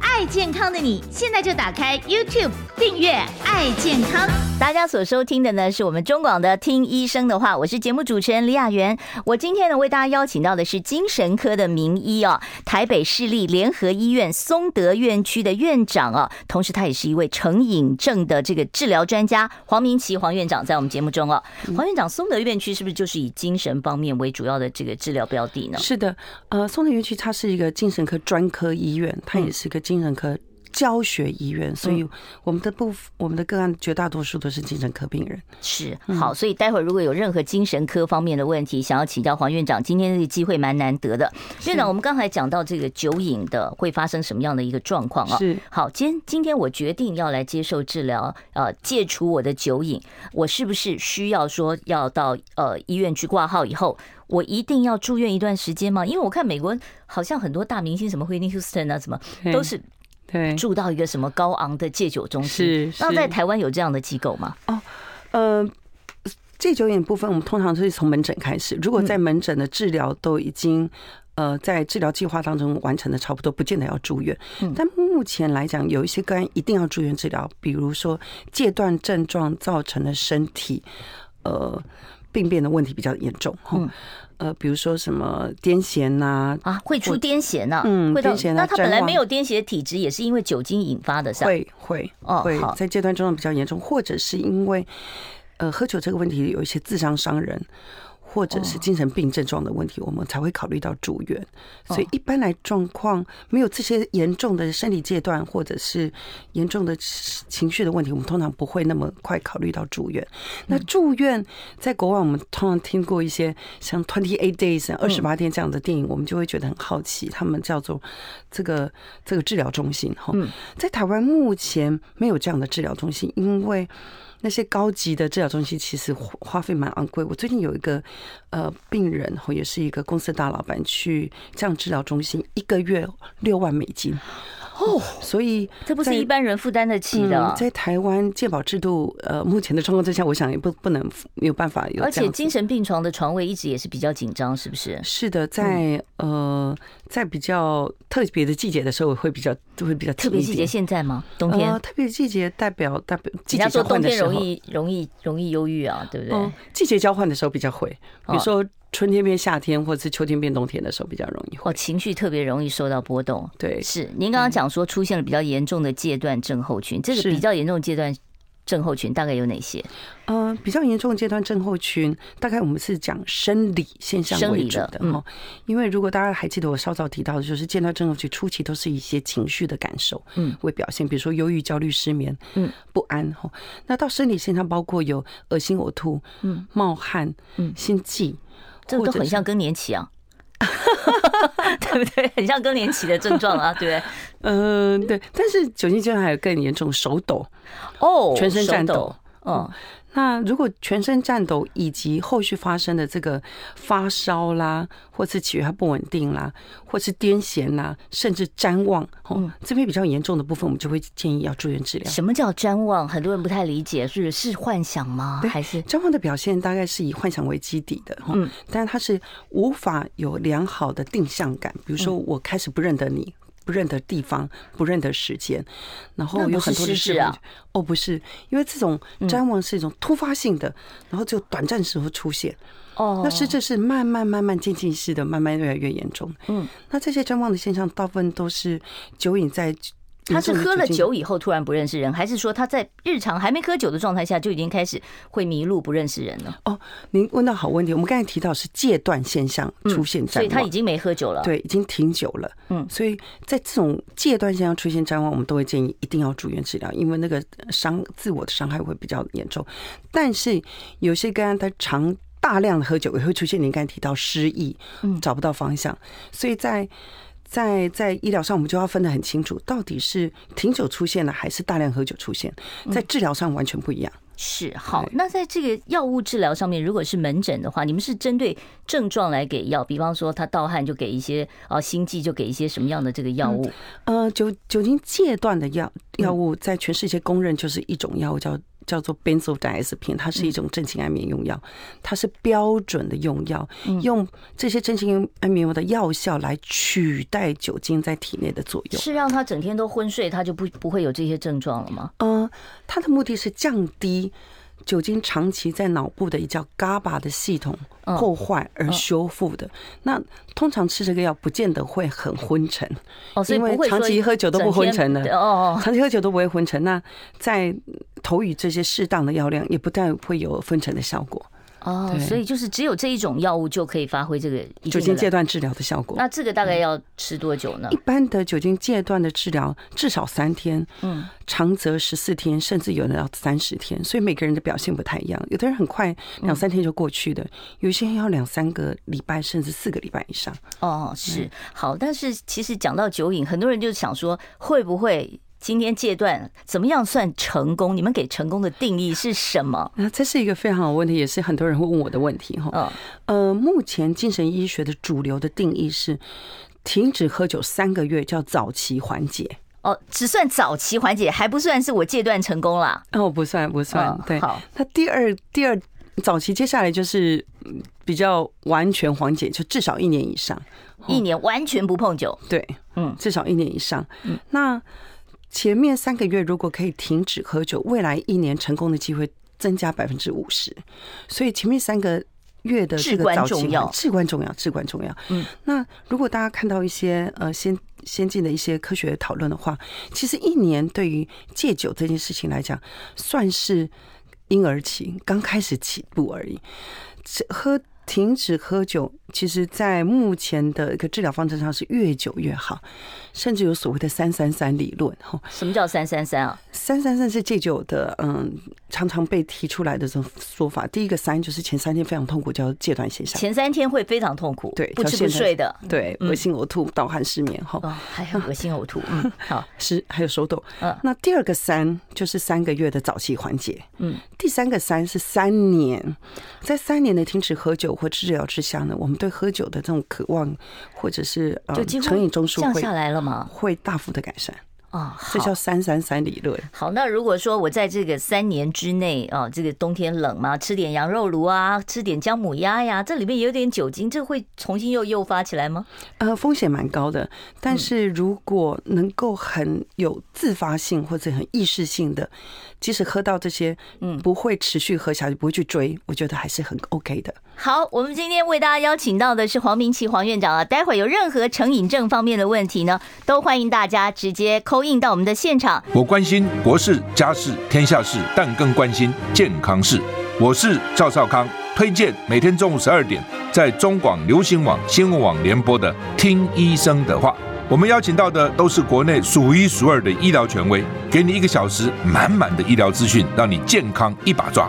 D: 爱健康的你，现在就打开 YouTube 订阅“爱健康”。
A: 大家所收听的呢，是我们中广的《听医生的话》，我是节目主持人李雅媛。我今天呢，为大家邀请到的是精神科的名医哦，台北市立联合医院松德院区的院长哦，同时他也是一位成瘾症的这个治疗专家黄明奇黄院长，在我们节目中哦，黄院长，松德院区是不是就是以精神方面为主要的这个治疗标的呢？
B: 是的，呃，松德园区它是一个精神科专科医院，它
A: 嗯
B: 也是一个精神科教学医院，所以我们的部我们的个案绝大多数都是精神科病人。
A: 是
B: 嗯
A: 好，所以待会儿如果有任何精神科方面的问题，想要请教黄院长，今天这个机会蛮难得的。院长，我们刚才讲到这个酒瘾的会发生什么样的一个状况啊？
B: 是
A: 好，今天今天我决定要来接受治疗，呃，戒除我的酒瘾，我是不是需要说要到呃医院去挂号以后，我一定要住院一段时间吗？因为我看美国好像很多大明星，什么 Whitney Houston 啊，什么
B: 对
A: 都是
B: 对
A: 住到一个什么高昂的戒酒中心
B: 是。是
A: 那在台湾有这样的机构吗？
B: 呃，戒酒瘾部分，我们通常是从门诊开始。如果在门诊的治疗都已经。呃，在治疗计划当中完成的差不多，不见得要住院。但目前来讲，有一些个案一定要住院治疗，比如说戒断症状造成的身体呃病变的问题比较严重哈。呃，比如说什么癫痫呐、
A: 啊，会出
B: 我
A: 癫痫呐、
B: 嗯
A: 会到
B: 癫痫啊
A: 那他本
B: 谵
A: 来
B: 妄
A: 没有癫痫体质，也是因为酒精引发的，是吧？
B: 会会
A: 哦
B: 会
A: 好
B: 在阶段症状比较严重，或者是因为呃喝酒这个问题有一些自伤伤人。或者
A: 哦
B: 是精神病症状的问题，我们才会考虑到住院。所以一般来状况没有这些严重的生理阶段，或者是严重的情绪的问题，我们通常不会那么快考虑到住院。那住院在国外，我们通常听过一些像 Twenty Eight Days 二十八天这样的电影，我们就会觉得很好奇，他们叫做这个这个治疗中心哈。在台湾目前没有这样的治疗中心，因为那些高级的治疗中心其实花花费蛮昂贵。我最近有一个呃病人，吼也是一个公司的大老板，去这样治疗中心一个月六万美金哦，所以
A: 这不是
B: 在
A: 一般人负担得起的。
B: 嗯、在台湾健保制度呃目前的状况之下，我想也不不能没有办法有
A: 而
B: 这
A: 且
B: 样子
A: 精神病床的床位一直也是比较紧张，是不是？
B: 是的，在
A: 嗯
B: 呃，在比较特别的季节的时候，会比较会比较
A: 特
B: 紧
A: 别
B: 一
A: 季节
B: 点
A: 现在吗？冬天，
B: 呃，特别季节代表代表季
A: 人家
B: 节
A: 说
B: 交
A: 冬
B: 换的
A: 天
B: 时候
A: 容，易容易容易忧郁啊，对不对？
B: 嗯，季节交换的时候比较会，比
A: 哦
B: 如说春天变夏天，或者是秋天变冬天的时候比较容易
A: 哦，
B: 会。
A: 情绪特别容易受到波动。
B: 对，嗯
A: 是，您刚刚讲说出现了比较严重的戒断症候群，这个
B: 是
A: 比较严重的戒断症候群大概有哪些？
B: 呃，比较严重的阶段症候群，大概我们是讲生理现象
A: 生理
B: 为主
A: 的
B: 的
A: 嗯
B: 哈。因为如果大家还记得我稍早提到的，就是阶段症候群初期都是一些情绪的感受，
A: 嗯，
B: 为表现，比如说忧郁、焦虑、失眠，
A: 嗯，
B: 不安哈。那到生理现象包括有恶心、呕吐，
A: 嗯，
B: 冒汗，
A: 嗯
B: 心悸，
A: 这个
B: 或
A: 都
B: 者
A: 很
B: 是
A: 像更年期啊， 对不对？很像更年期的症状啊，对不对？
B: 呃嗯、对。但是酒精阶段还有更严重，手抖，
A: 哦，
B: 全身
A: 手
B: 颤抖
A: 嗯，
B: 那如果全身颤抖以及后续发生的这个发烧啦，或是血压不稳定啦，或是癫痫啦，甚至谵妄，
A: 嗯
B: 哦，这边比较严重的部分，我们就会建议要住院治疗。
A: 什么叫瞻望？很多人不太理解，是是幻想吗？
B: 对
A: 还是
B: 张望的表现大概是以幻想为基底的哈，
A: 嗯
B: 但是它是无法有良好的定向感，比如说
A: 嗯
B: 我开始不认得你。不认得地方，不认得时间，然后
A: 那不
B: 有
A: 是
B: 很多的
A: 失智
B: 事故
A: 啊嗯
B: 哦，不是，因为这种瞻望是一种突发性的，然后只有短暂时候出现。
A: 哦
B: 那失智是慢慢慢慢渐进式的，慢慢越来越严重。嗯，那这些瞻望的现象，大部分都是酒瘾在。
A: 他是
B: 严重的
A: 喝了
B: 酒精
A: 酒以后突然不认识人，还是说他在日常还没喝酒的状态下就已经开始会迷路不认识人了？
B: 哦，您问到好问题。我们刚才提到是戒断现象出现瞻望，
A: 嗯所以他已经没喝酒了。，
B: 对，已经挺久了。
A: 嗯
B: 所以在这种戒断现象出现张望，我们都会建议一定要住院治疗，因为那个伤自我的伤害会比较严重。但是有些个案他常大量的喝酒，也会出现您刚才提到失忆，
A: 嗯
B: 找不到方向，所以在。在在医疗上，我们就要分得很清楚，到底是挺久出现了，还是大量喝酒出现？
A: 嗯
B: 在治疗上完全不一样。
A: 是好
B: 对。
A: 那在这个药物治疗上面，如果是门诊的话，你们是针对症状来给药，比方说他盗汗就给一些啊，心悸就给一些什么样的这个药物？
B: 呃，酒酒精戒断的药
A: 嗯
B: 药物在全世界公认就是一种药物叫。叫做 benzodiazepine，它
A: 嗯
B: 是一种镇静安眠用药，它是标准的用药，
A: 嗯
B: 用这些镇静安眠药的药效来取代酒精在体内的作用。
A: 是让他整天都昏睡，他就不不会有这些症状了吗？
B: 呃，它的目的是降低酒精长期在脑部的一叫 GABA 的系统
A: 嗯
B: 破坏而修复的。那通常吃这个药不见得会很昏沉，
A: 哦，所以
B: 因为
A: 不会说
B: 长期喝酒都不昏沉了
A: 整天哦，哦
B: 长期喝酒都不会昏沉，那在投予这些适当的药量，也不但会有昏沉的效果，
A: 哦，
B: 对
A: 所以就是只有这一种药物就可以发挥这个一定的
B: 酒精戒断治疗的效果。
A: 那这个大概要吃多久呢
B: 一？般的酒精戒断的治疗至少三天，嗯，长则十四天，甚至有人要三十天，所以每个人的表现不太一样。有的人很快
A: 嗯
B: 两三天就过去的，有些人要两三个礼拜，甚至四个礼拜以上。
A: 哦，是
B: 嗯
A: 好，但是其实讲到酒瘾，很多人就想说，会不会今天戒断，怎么样算成功？你们给成功的定义是什么？
B: 那这是一个非常好的问题，也是很多人会问我的问题哈。
A: 嗯，
B: 呃，目前精神医学的主流的定义是，停止喝酒三个月叫早期缓解。
A: 哦，只算早期缓解，还不算是我戒断成功啦。
B: 哦，不算不算，
A: 嗯
B: 对。
A: 好，
B: 那第二第二早期，接下来就是嗯比较完全缓解，就至少一年以上。
A: 一年完全不碰酒，
B: 对，
A: 嗯
B: 至少一年以上。那前面三个月如果可以停止喝酒，未来一年成功的机会增加百分之五十。所以前面三个。月的这
A: 至
B: 个
A: 关
B: 早期
A: 重
B: 缓
A: 要
B: 至关重要，至关重要。嗯，那如果大家看到一些呃先先进的一些科学讨论的话，其实一年对于戒酒这件事情来讲，算是婴儿期刚开始起步而已。这喝停止喝酒，其实在目前的一个治疗方针上是越久越好，甚至有所谓的“三三三”理论哈，“
A: 什么叫三三三啊？
B: 三三三”是戒酒的，嗯，常常被提出来的这种说法。第一个“三”就是前三天非常痛苦，叫戒断现象。
A: 前三天会非常痛苦，
B: 对
A: 不吃不睡的，
B: 对，恶心、呕吐、盗汗、失眠，哈
A: 哦，，还很恶心呕吐。嗯， 好，
B: 是还有手抖。
A: 嗯
B: 那第二个三就是三个月的早期缓解，
A: 嗯，
B: 第三个三是三年，在三年的停止喝酒或治疗之下呢，我们对喝酒的这种渴望或者是呃
A: 就几乎
B: 成瘾中枢
A: 降
B: 会
A: 下来了嘛。
B: 会大幅的改善，
A: 啊，好
B: 这。叫三三三理论。
A: 好，那如果说我在这个三年之内啊，这个冬天冷嘛，吃点羊肉炉啊，吃点姜母鸭呀，这里面有点酒精，这会重新又诱发起来吗？
B: 呃，风险蛮高的，但是如果能够很有自发性或者很意识性的，即使喝到这些，嗯，不会持续喝下去，不会去追，我觉得还是很 OK 的。
A: 好，我们今天为大家邀请到的是黄明奇黄院长啊，待会儿有任何成瘾症方面的问题呢，都欢迎大家直接扣印到我们的现场。
C: 我关心国事、家事、天下事，但更关心健康事。我是赵少康，推荐每天中午十二点在中广流行网、新闻网联播的《听医生的话》。我们邀请到的都是国内数一数二的医疗权威，给你一个小时满满的医疗资讯，让你健康一把抓。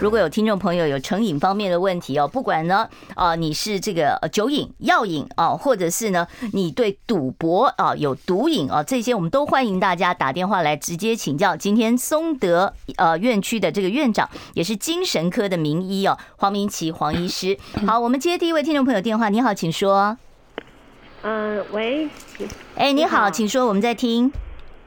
A: 如果有听众朋友有成瘾方面的问题哦，不管呢，呃，你是这个呃酒瘾、药瘾哦，或者是呢，你对赌博啊、有毒瘾啊、这些我们都欢迎大家打电话来直接请教。今天松德呃院区的这个院长也是精神科的名医哦，黄明奇黄医师。好，我们接第一位听众朋友电话，你好，请说。
F: 呃，喂，
A: 哎，你
F: 你
A: 好，
F: 好
A: 请说，我们在听。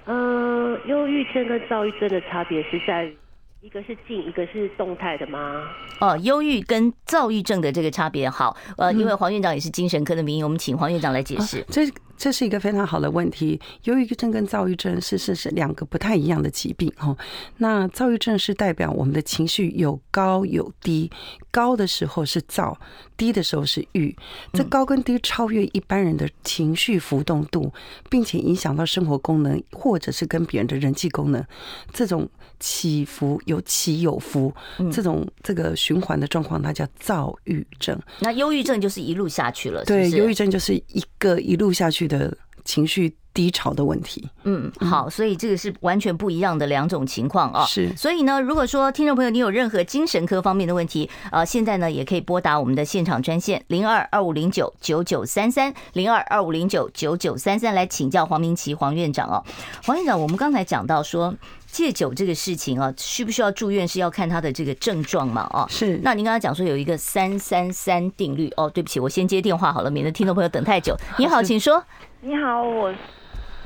F: 呃，忧郁症跟躁郁症的差别是在于一个是静，一个是动态的吗？
A: 哦，忧郁跟躁郁症的这个差别好，呃，因为黄院长也是精神科的名医，我们请黄院长来解释。
B: 啊这这是一个非常好的问题。忧郁症跟躁郁症是是是两个不太一样的疾病哦。那躁郁症是代表我们的情绪有高有低，高的时候是躁，低的时候是郁。这高跟低超越一般人的情绪浮动度，并且影响到生活功能，或者是跟别人的人际功能，这种起伏有起有伏，这种这个循环的状况，它叫躁郁症。
A: 那忧郁症就是一路下去了，是不
B: 对，
A: 是
B: 忧郁症就是一个一路下去的情绪低潮的问题。
A: 嗯，好，所以这个是完全不一样的两种情况啊。
B: 是
A: 所以呢，如果说听众朋友你有任何精神科方面的问题，呃，现在呢也可以拨打我们的现场专线零二二五零九九九三三零二二五零九九九三三来请教黄明奇黄院长哦。黄院长，我们刚才讲到说戒酒这个事情啊，需不需要住院是要看他的这个症状嘛？哦，
B: 是
A: 那您刚才讲说有一个三三三定律哦，对不起，我先接电话好了，免得听众朋友等太久。你 好，请说。
G: 你好，我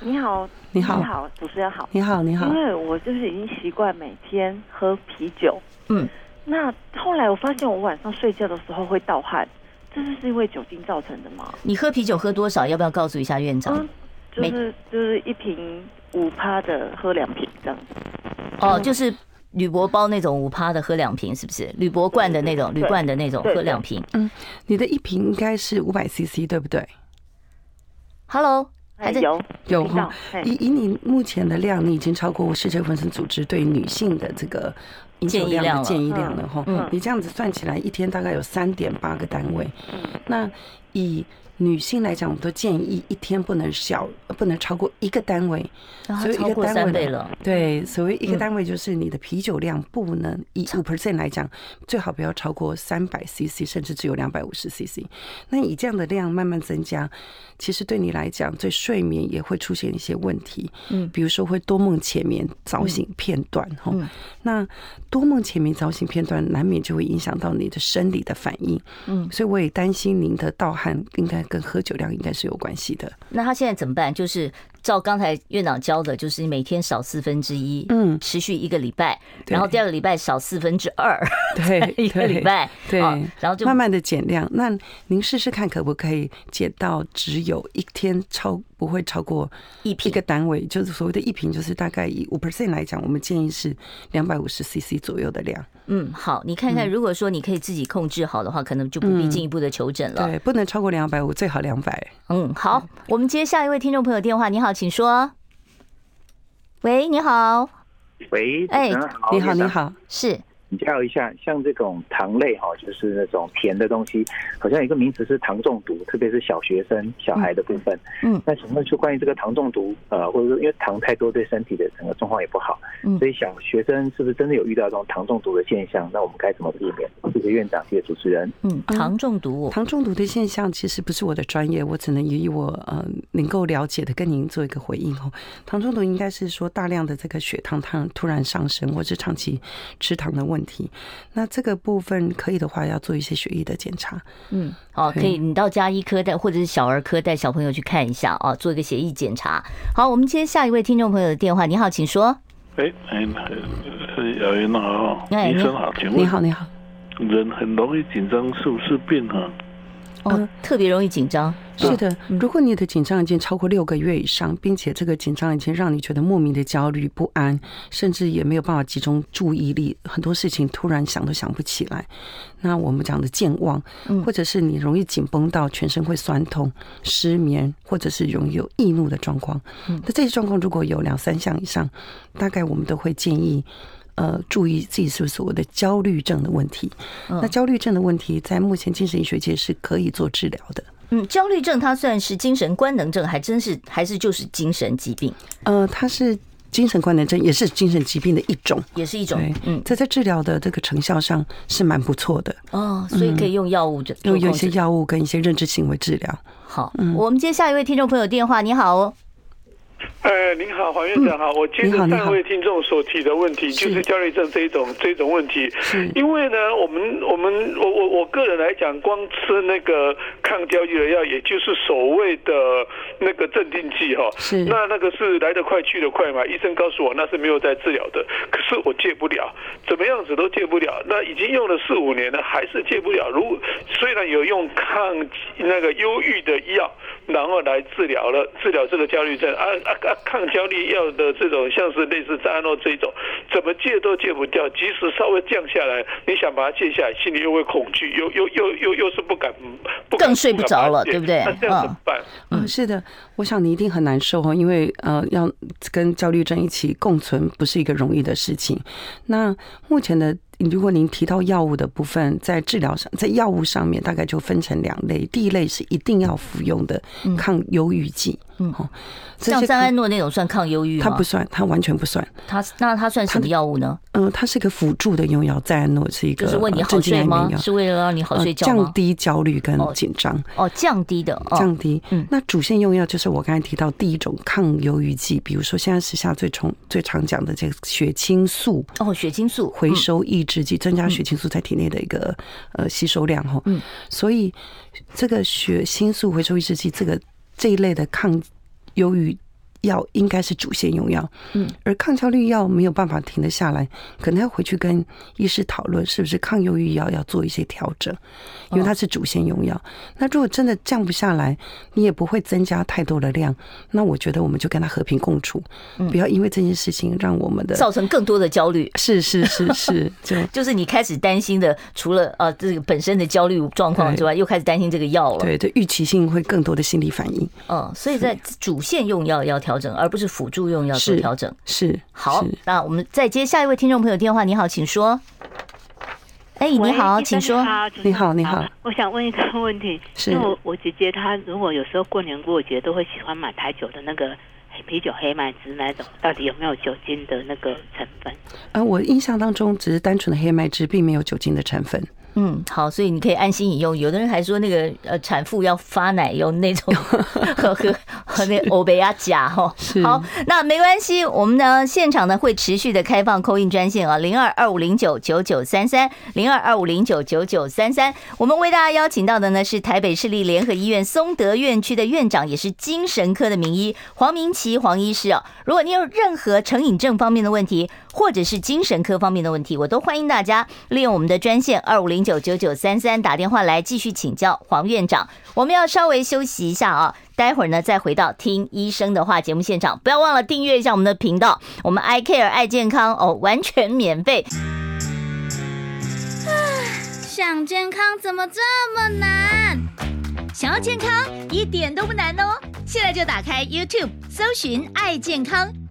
G: 你好，
B: 你好
G: 你好，主持人好。
B: 你好，你好
G: 因，为我就是已经习惯每天喝啤酒，
A: 嗯，
G: 那后来我发现我晚上睡觉的时候会盗汗，这是是因为酒精造成的吗？
A: 你喝啤酒喝多少？要不要告诉一下院长？
G: 嗯，就
A: 每
G: 是就是一瓶五趴的喝两瓶这样子，
A: 哦，就是铝箔包那种五趴的喝两瓶，是不是？铝箔罐的那种，铝
G: 对
A: 罐的那种
G: 对
A: 喝两瓶。
B: 你的一瓶应该是五百 CC，对不对？
A: Hello，
G: 哎
A: 还在
G: 有
B: 有嗯
G: 听到
B: 哈，
G: 哎
B: 以以你目前的量，你已经超过世界卫生组织对女性的这个饮酒
A: 建议量
B: 量
A: 了
B: 的建议量了哈
A: 嗯。
B: 你这样子算起来，一天大概有三点八个单位。
G: 嗯
B: 那以女性来讲，我们都建议一天不能小，呃不能超过一个单位。
A: 啊
B: 所以一
A: 超
B: 个
A: 过
B: 单
A: 三
B: 位
A: 倍
B: 呢
A: 了。
B: 对，所谓一个
A: 嗯
B: 单位就是你的啤酒量不能以五 percent 来讲，最好不要超过三百 CC，甚至只有两百五十 CC。那以这样的量慢慢增加，其实对你来讲，对睡眠也会出现一些问题。
A: 嗯
B: 比如说会多梦浅眠、早醒片段哈、
A: 嗯
B: 那多梦浅眠、早醒片段，难免就会影响到你的生理的反应。
A: 嗯，
B: 所以我也担心您的盗汗应该跟喝酒量应该是有关系 的。
A: 那他现在怎么办？就是照刚才院长教的，就是每天少四分之一，
B: 嗯
A: 持续一个礼拜，
B: 对
A: 然后第二个礼拜少四分之二，
B: 对
A: 一个礼拜，
B: 对
A: 哦然后就
B: 慢慢的减量。那您试试看，可不可以减到只有一天超不会超过
A: 一
B: 一
A: 瓶
B: 个单位？就是所谓的一瓶，就是大概以五 percent 来讲，我们建议是两百五十 CC 左右的量。
A: 嗯，好，你看看，如果说你可以自己控制好的话，可能就不必进一步的求诊了。
B: 对，不能超过两百五，最好两百。
A: 嗯，好，我们接下一位听众朋友电话。你好，请说。喂，你好，
H: 喂，
A: 哎
H: 主持人好，
B: 你好，你
H: 院长，
B: 好，
A: 是
H: 请教一下，像这种糖类哈、就是那种甜的东西，好像有一个名词是糖中毒，特别是小学生、小孩的部分。
A: 嗯
H: 那请问就关于这个糖中毒，呃，或者说因为糖太多对身体的整个状况也不好，
A: 嗯
H: 所以小学生是不是真的有遇到这种糖中毒的现象？那我们该怎么避免？谢谢院长，谢谢主持人。
A: 嗯，糖中毒，我
B: 糖中毒的现象其实不是我的专业，我只能以我呃能够了解的跟您做一个回应哦。糖中毒应该是说大量的这个血糖糖突然上升，或是长期吃糖的问题。那这个部分可以的话，要做一些血液的检查。
A: 嗯，哦，可以，你到加医科带或者是小儿科带小朋友去看一下哦，做一个血液检查。好，我们接下一位听众朋友的电话。你好，请说。
I: 哎哎，是姚云娜啊，
A: 哎
I: 医
A: 你
I: 生好，请
B: 你
I: 问
B: 好，你好，
I: 人很容易紧张是不是病啊？
A: 哦，特别容易紧张，
B: 是的，如果你的紧张已经超过六个月以上，并且这个紧张已经让你觉得莫名的焦虑不安，甚至也没有办法集中注意力，很多事情突然想都想不起来，那我们讲的健忘，或者是你容易紧绷到全身会酸痛、失眠，或者是容易有易怒的状况。那这些状况如果有两三项以上，大概我们都会建议。呃，注意自己是不是所谓的焦虑症的问题。那焦虑症的问题，在目前精神医学界是可以做治疗的。
A: 嗯，焦虑症它算是精神官能症，还真是还是就是精神疾病。
B: 呃，它是精神官能症也是精神疾病的一种，
A: 也是一种
B: 对，，
A: 嗯，
B: 这在治疗的这个成效上是蛮不错的，
A: 哦，所以可以用药物的，
B: 有嗯
A: 做
B: 有一
A: 控
B: 些
A: 制
B: 药物嗯跟一些认知行为治疗。
A: 好。我们接下一位听众朋友电话，你好哦，
J: 呃，您好，黄院长好，我接
B: 你
J: 着
B: 好你好
J: 上位听众所提的问题，就是焦虑症这一种这一种问题。
B: 嗯
J: 因为呢，我们我们我我我个人来讲，光吃那个抗焦虑的药，也就是所谓的那个镇定剂哈、
K: 是
J: 那那个是来得快去得快嘛，医生告诉我那是没有在治疗的，可是我戒不了，怎么样子都戒不了。那已经用了四五年了，还是戒不了。如虽然有用抗那个忧郁的药，然后来治疗了治疗这个焦虑症啊啊啊，抗焦虑药的这种像是类似扎诺这种，怎么戒都戒不掉，即使稍微降下来，你想把它戒下来，心里又会恐惧，又又又又又是不敢，不敢
A: 更睡不着了，
J: 不敢把它戒
A: 对不对
J: 那？这样怎么办？
B: 嗯，是的，我想你一定很难受哦，因为呃，要跟焦虑症一起共存不是一个容易的事情。那目前的，如果您提到药物的部分，在治疗上，在药物上面大概就分成两类，第一类是一定要服用的抗忧郁剂，嗯，哦，这
A: 像
B: 些
A: 三
B: 抗
A: 安诺那种算抗忧郁吗？
B: 它不，算，它完全不算。
A: 它那它算什么药物呢？
B: 嗯、它是一个辅助的用药，赞安诺是一个
A: 就是为你
B: 呃
A: 好
B: 镇静
A: 睡
B: 安
A: 吗
B: 眠？药，
A: 是为了让你好
B: 呃
A: 睡觉吗
B: 降？低焦虑跟紧张。
A: 哦，降低的，哦
B: 降低。那主线用药就是我刚才提到第一种抗忧郁剂，比如说现在时下最常最常讲的这个血清素
A: 哦，血清素
B: 回收抑制剂，增加血清素在体内的一个呃吸收量哈。
A: 嗯，
B: 所以这个血清素回收抑制剂这个这一类的抗忧郁。药应该是主线用药，
A: 嗯，
B: 而抗焦虑药没有办法停得下来，可能要回去跟医师讨论是不是抗忧郁药要做一些调整，因
A: 哦
B: 为它是主线用药。那如果真的降不下来，你也不会增加太多的量，那我觉得我们就跟他和平共处，不要因为这件事情让我们的
A: 嗯造成更多的焦虑。
B: 是是是 是，就
A: 就是你开始担心的，除了呃这个本身的焦虑状况之外，又开始担心这个药了。
B: 对对预期性会更多的心理反应。
A: 嗯，所以在主线用药要调整，而不是辅助用药做
B: 是
A: 调整。
B: 是
A: 好
B: 是，
A: 那我们再接下一位听众朋友电话。你好，请说。哎，你好，
L: 喂
A: 请说。
L: 医生
B: 你好你好
L: 我想问一个问题，
B: 是
L: 因为我我姐姐她如果有时候过年过节都会喜欢买台酒的那个啤酒黑麦汁那种，到底有没有酒精的那个成分？
B: 呃，我印象当中只是单纯的黑麦汁，并没有酒精的成分。
A: 嗯，好，所以你可以安心饮用。有的人还说那个呃，产妇要发奶用 那种和和和那欧贝亚甲哈。好，那没关系，我们呢现场呢会持续的开放扣印专线啊，零二二五零九九九三三，零二二五零九九九三三。我们为大家邀请到的呢是台北市立联合医院松德院区的院长，也是精神科的名医黄明奇黄医师哦。如果你有任何成瘾症方面的问题，或者是精神科方面的问题，我都欢迎大家利用我们的专线二五零九九九三三打电话来继续请教黄院长。我们要稍微休息一下啊，待会儿呢再回到听医生的话节目现场，不要忘了订阅一下我们的频道，我们 I Care 爱健康哦，完全免费。
D: 想健康怎么这么难？想要健康一点都不难哦！现在就打开 YouTube 搜寻“爱健康”，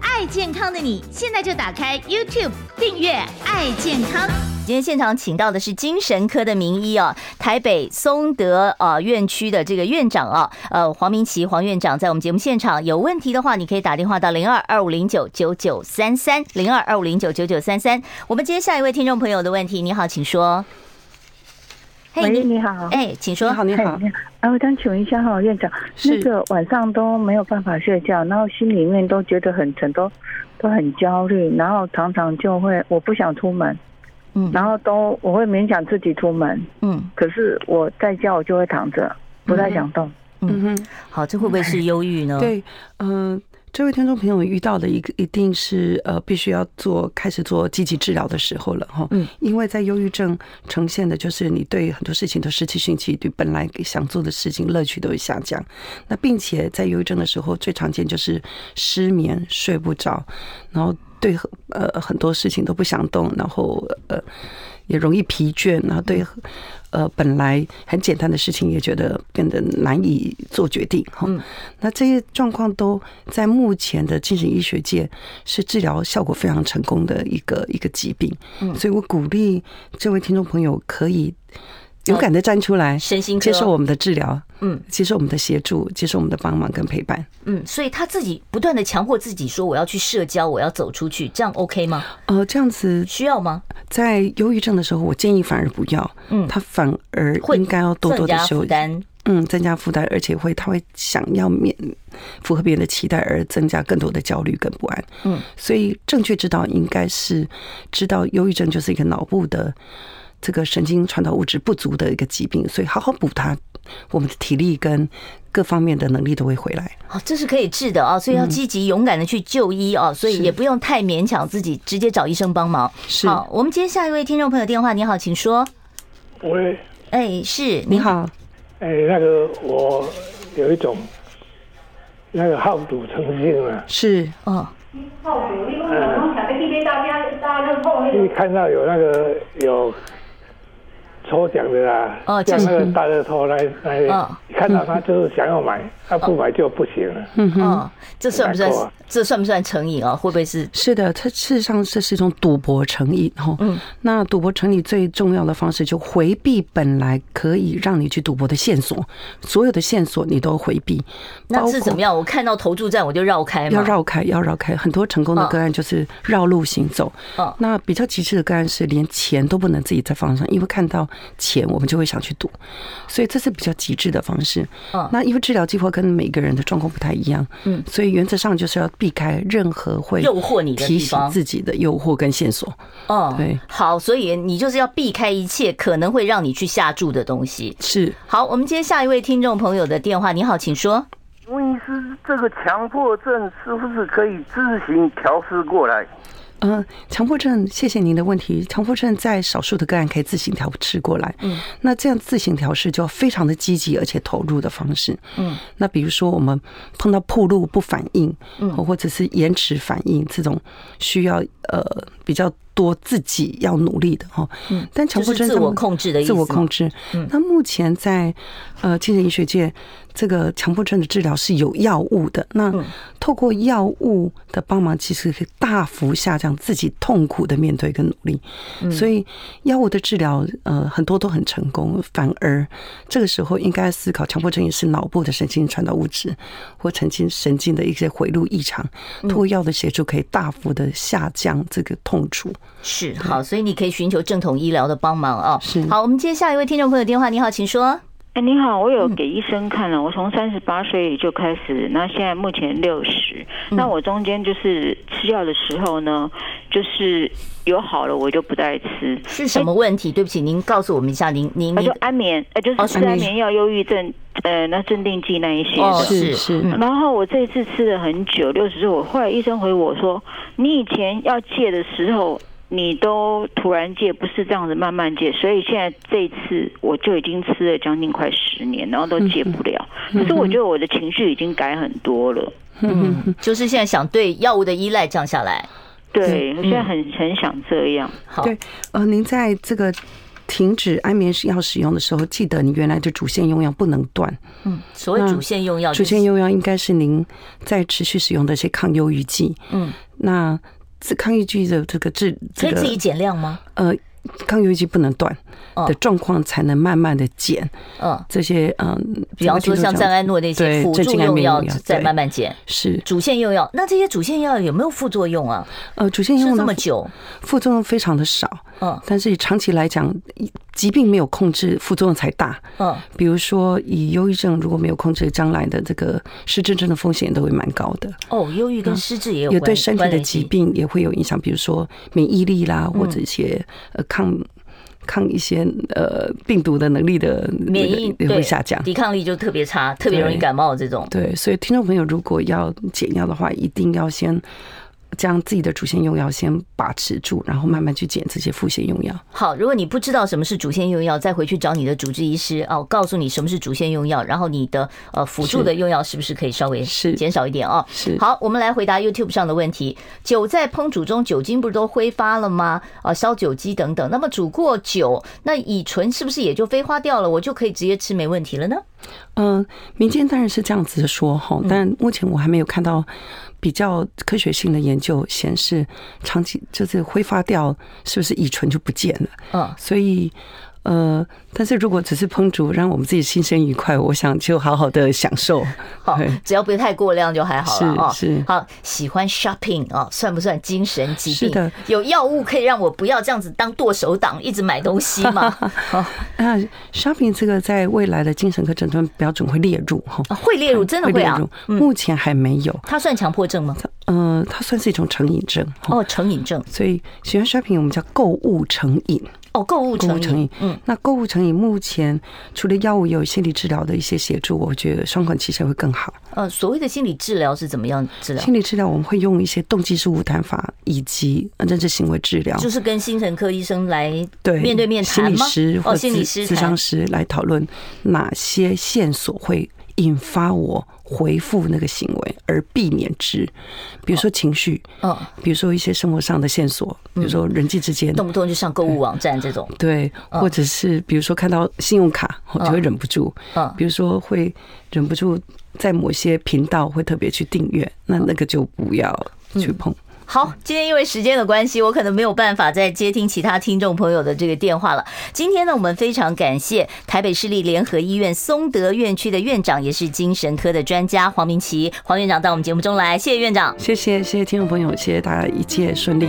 D: 爱健康的你，现在就打开 YouTube 订阅“爱健康”。
A: 今天现场请到的是精神科的名医哦，台北松德呃院区的这个院长啊，呃黄明奇黄院长在我们节目现场，有问题的话你可以打电话到零二二五零九九九三三零二二五零九九九三三。我们接下一位听众朋友的问题，你好，请说。嘿
M: 喂，你好，
A: 哎，请说。你好，你
M: 好。 哎，我想请问一下哈，院长，那个晚上都没有办法睡觉，然后心里面都觉得很沉，都都很焦虑，然后常常就会我不想出门，
A: 嗯，
M: 然后都我会勉强自己出门，
A: 嗯，
M: 可是我在家我就会躺着，不太想动。
B: 嗯哼，
A: 好，这会不会是忧郁呢？
B: 对，嗯、这位听众朋友遇到的一个一定是呃，必须要做开始做积极治疗的时候了哈。
A: 嗯，
B: 因为在忧郁症呈现的就是你对很多事情的失去兴趣，对本来想做的事情乐趣都会下降。那并且在忧郁症的时候，最常见就是失眠、睡不着，然后对很呃很多事情都不想动，然后呃也容易疲倦，然后对呃本来很简单的事情也觉得变得难以做决定哈。那这些状况都在目前的精神医学界是治疗效果非常成功的一个一个疾病，
A: 嗯
B: 所以我鼓励这位听众朋友可以。勇敢的站出来，
A: 身心科
B: 接受我们的治疗，
A: 嗯，
B: 接受我们的协助，接受我们的帮忙跟陪伴。
A: 嗯，所以他自己不断的强迫自己说我要去社交，我要走出去，这样 OK 吗？
B: 呃，这样子
A: 需要吗？
B: 在忧郁症的时候，我建议反而不要，
A: 嗯
B: 他反而应该要多多的
A: 增加
B: 休
A: 负担，
B: 嗯，增加负担，而且会他会想要免符合别人的期待，而增加更多的焦虑跟不安。
A: 嗯，
B: 所以正确指导应该是知道忧郁症就是一个脑部的这个神经传导物质不足的一个疾病，所以好好补它，我们的体力跟各方面的能力都会回来。
A: 哦，这是可以治的啊，所以要
B: 嗯
A: 积极勇敢的去就医啊，所以也不用太勉强自己，直接找医生帮忙。
B: 是
A: 好，我们接下一位听众朋友电话，你好，请说。
K: 喂，
A: 哎，是
B: 你好，
K: 哎，那个我有一种那个好赌成性啊，
B: 是
A: 哦，
K: 一看到有那个有抽奖的啦，
A: 哦
K: 像那
A: 就
K: 个
A: 是
K: 大乐透那一那一
A: 哦
K: 一看到他就是想要买，他不买就不行了。
B: 嗯
A: 哦，这算不算
K: 没错啊？
A: 这算不算成瘾啊？会不会是？
B: 是的，它事实上这是一种赌博成瘾哈。
A: 嗯，
B: 那赌博成瘾最重要的方式就回避本来可以让你去赌博的线索，所有的线索你都回避。
A: 那
B: 包
A: 是
B: 括
A: 怎么样？我看到投注站我就绕开嘛。
B: 要绕开，要绕开。很多成功的个案就是绕路行走。
A: 哦
B: 那比较极致的个案是连钱都不能自己在放上，因为看到钱我们就会想去赌，所以这是比较极致的方式。
A: 嗯
B: 那因为治疗计划跟每个人的状况不太一样，
A: 嗯
B: 所以原则上就是要避开任何会
A: 诱惑你的地
B: 提醒
A: 方
B: 自己的诱惑跟线索。
A: 哦，
B: 对
A: 好，所以你就是要避开一切可能会让你去下注的东西。
B: 是，
A: 好，我们接下一位听众朋友的电话。你好，请说。
N: 问医师，这个强迫症是不是可以自行调试过来？
B: 嗯，强迫症，谢谢您的问题。强迫症在少数的个案可以自行调试过来，
A: 嗯，
B: 那这样自行调试就要非常的积极而且投入的方式，
A: 嗯，
B: 那比如说我们碰到暴露不反应，
A: 嗯
B: 或者是延迟反应这种需要呃比较多自己要努力的哈，
A: 嗯
B: 但强迫
A: 就
B: 症
A: 是自
B: 他们
A: 我控制的意思
B: 自
A: 吗
B: 我控制
A: 嗯。
B: 那目前在呃精神医学界，这个强迫症的治疗是有药物的。那
A: 嗯
B: 透过药物的帮忙，其实可以大幅下降自己痛苦的面对跟努力。
O: 嗯
B: 所以药物的治疗，呃，很多都很成功。反而这个时候应该思考，强迫症也是脑部的神经传导物质或神经神经的一些回路异常，
A: 嗯
B: 通过药的协助可以大幅的下降这个痛楚。
A: 是好，所以你可以寻求正统医疗的帮忙啊。
B: 是
A: 好，我们接下一位听众朋友电话。你好，请说。
P: 哎，你好，我
A: 嗯
P: 有给医生看啊了，我从三十八岁就开始，那现在目前六十、
A: 嗯
P: 那我中间就是吃药的时候呢，就是有好了我就不再吃，
A: 是什么问题？对不起，您告诉我们一下。您您
P: 那
A: 您
P: 就安眠，呃，就
A: 哦
P: 是吃
A: 安
P: 安
A: 眠
P: 眠药、忧郁症，呃，那镇定剂那一些
A: 哦
P: 的。
A: 是是 嗯
P: 然后我这一次吃了很久，六十岁，我后来医生回我说，你以前要戒的时候。你都突然戒，不是这样子慢慢戒，所以现在这一次我就已经吃了将近快十年，然后都戒不了。
A: 嗯
P: 可是我觉得我的情绪已经改很多了，
A: 嗯，就是现在想对药物的依赖降下来。
P: 对，
B: 嗯
P: 我现在很很想这样。
B: 对，呃，您在这个停止安眠药使用的时候，记得你原来的主线用药不能断。
A: 嗯，所谓
B: 那
A: 主线用药、
B: 主线用药应该是您在持续使用的一些抗忧郁剂。
A: 嗯，
B: 那这抗抑郁剂的这个治，
A: 可
B: 这
A: 以
B: 个
A: 自己减量吗？
B: 呃，抗忧郁剂不能断
A: 哦
B: 的状况，才能慢慢的减。
A: 嗯
B: 这些嗯，
A: 比方说像赞安诺那些
B: 对
A: 辅
B: 镇
A: 助
B: 静安
A: 用
B: 眠
A: 药
B: 用药，
A: 再
B: 对
A: 慢慢减。
B: 是
A: 主线用药，那这些主线药有没有副作用啊？
B: 呃，主线用
A: 是这
B: 呢
A: 么久，
B: 副作用非常的少。
A: 嗯
B: 但是长期来讲，疾病没有控制，副作用才大。
A: 嗯，
B: 比如说，以忧郁症如果没有控制，将来的这个失智症的风险都会蛮高的。
A: 哦，忧郁跟失智也有
B: 嗯也
A: 关
B: 对身体
A: 关
B: 的
A: 联
B: 疾
A: 性
B: 病也会有影响，比如说免疫力啦，
A: 嗯
B: 或者一些呃抗抗一些呃病毒的能力的那个
A: 免疫
B: 也
A: 对
B: 会下降。
A: 抵抗力就特别差，特别容易
B: 对
A: 感冒这种。
B: 对，所以听众朋友如果要减药的话，一定要先将自己的主线用药先把持住，然后慢慢去减这些副线用药。
A: 好，如果你不知道什么是主线用药，再回去找你的主治医师哦，告诉你什么是主线用药，然后你的呃辅助的用药是不是可以稍微减少一点哦？
B: 是。
A: 好，我们来回答 YouTube 上的问题：酒在烹煮中，酒精不是都挥发了吗？啊，烧酒鸡等等。那么煮过酒，那乙醇是不是也就挥发掉了？我就可以直接吃没问题了呢？
B: 嗯、呃，民间当然是这样子说哈，
A: 嗯
B: 但目前我还没有看到比较科学性的研究显示，长期就是挥发掉是不是乙醇就不见了？
A: 嗯，
B: 所以呃，但是如果只是烹煮，让我们自己心生愉快，我想就好好的享受。
A: 好，只要不太过量就还好了啊。
B: 是是
A: 好，喜欢 shopping 哦，算不算精神疾病？
B: 是的，
A: 有药物可以让我不要这样子当剁手党，一直买东西 嘛。
B: 好，那 shopping 这个在未来的精神科诊断标准会列入哈、
A: 啊，会列入真的会啊
B: 列入。目前还没有。
A: 它算强迫症吗？
B: 呃，它算是一种成瘾症。
A: 哦，成瘾症。
B: 所以喜欢 shopping 我们叫购物成瘾。
A: 哦，购物
B: 购物成瘾，
A: 嗯，
B: 那购物成瘾目前除了药物，也有心理治疗的一些协助，我觉得双管齐下会更好。
A: 呃，所谓的心理治疗是怎么样治疗？
B: 心理治疗我们会用一些动机式无谈法以及认知行为治疗，
A: 就是跟精神科医生来
B: 对
A: 面对面
B: 心
A: 谈
B: 理
A: 吗？
B: 师
A: 哦，
B: 或
A: 心理师
B: 咨
A: 谈
B: 商师来讨论哪些线索会引发我回复那个行为，而避免之，比如说情绪，
A: 嗯，
B: 比如说一些生活上的线索，比如说人际之间，
A: 动不动就上购物网站这种。
B: 对，
A: 嗯
B: 或者是比如说看到信用卡，我就会
A: 嗯
B: 忍不住，
A: 嗯
B: 比如说会忍不住在某些频道会特别去订阅，
A: 哦
B: 那那个就不要去碰。
A: 好，今天因为时间的关系，我可能没有办法再接听其他听众朋友的这个电话了。今天呢，我们非常感谢台北市立联合医院松德院区的院长，也是精神科的专家黄明奇黄院长到我们节目中来，谢谢院长。
B: 谢谢谢谢听众朋友，谢谢大家一切顺利。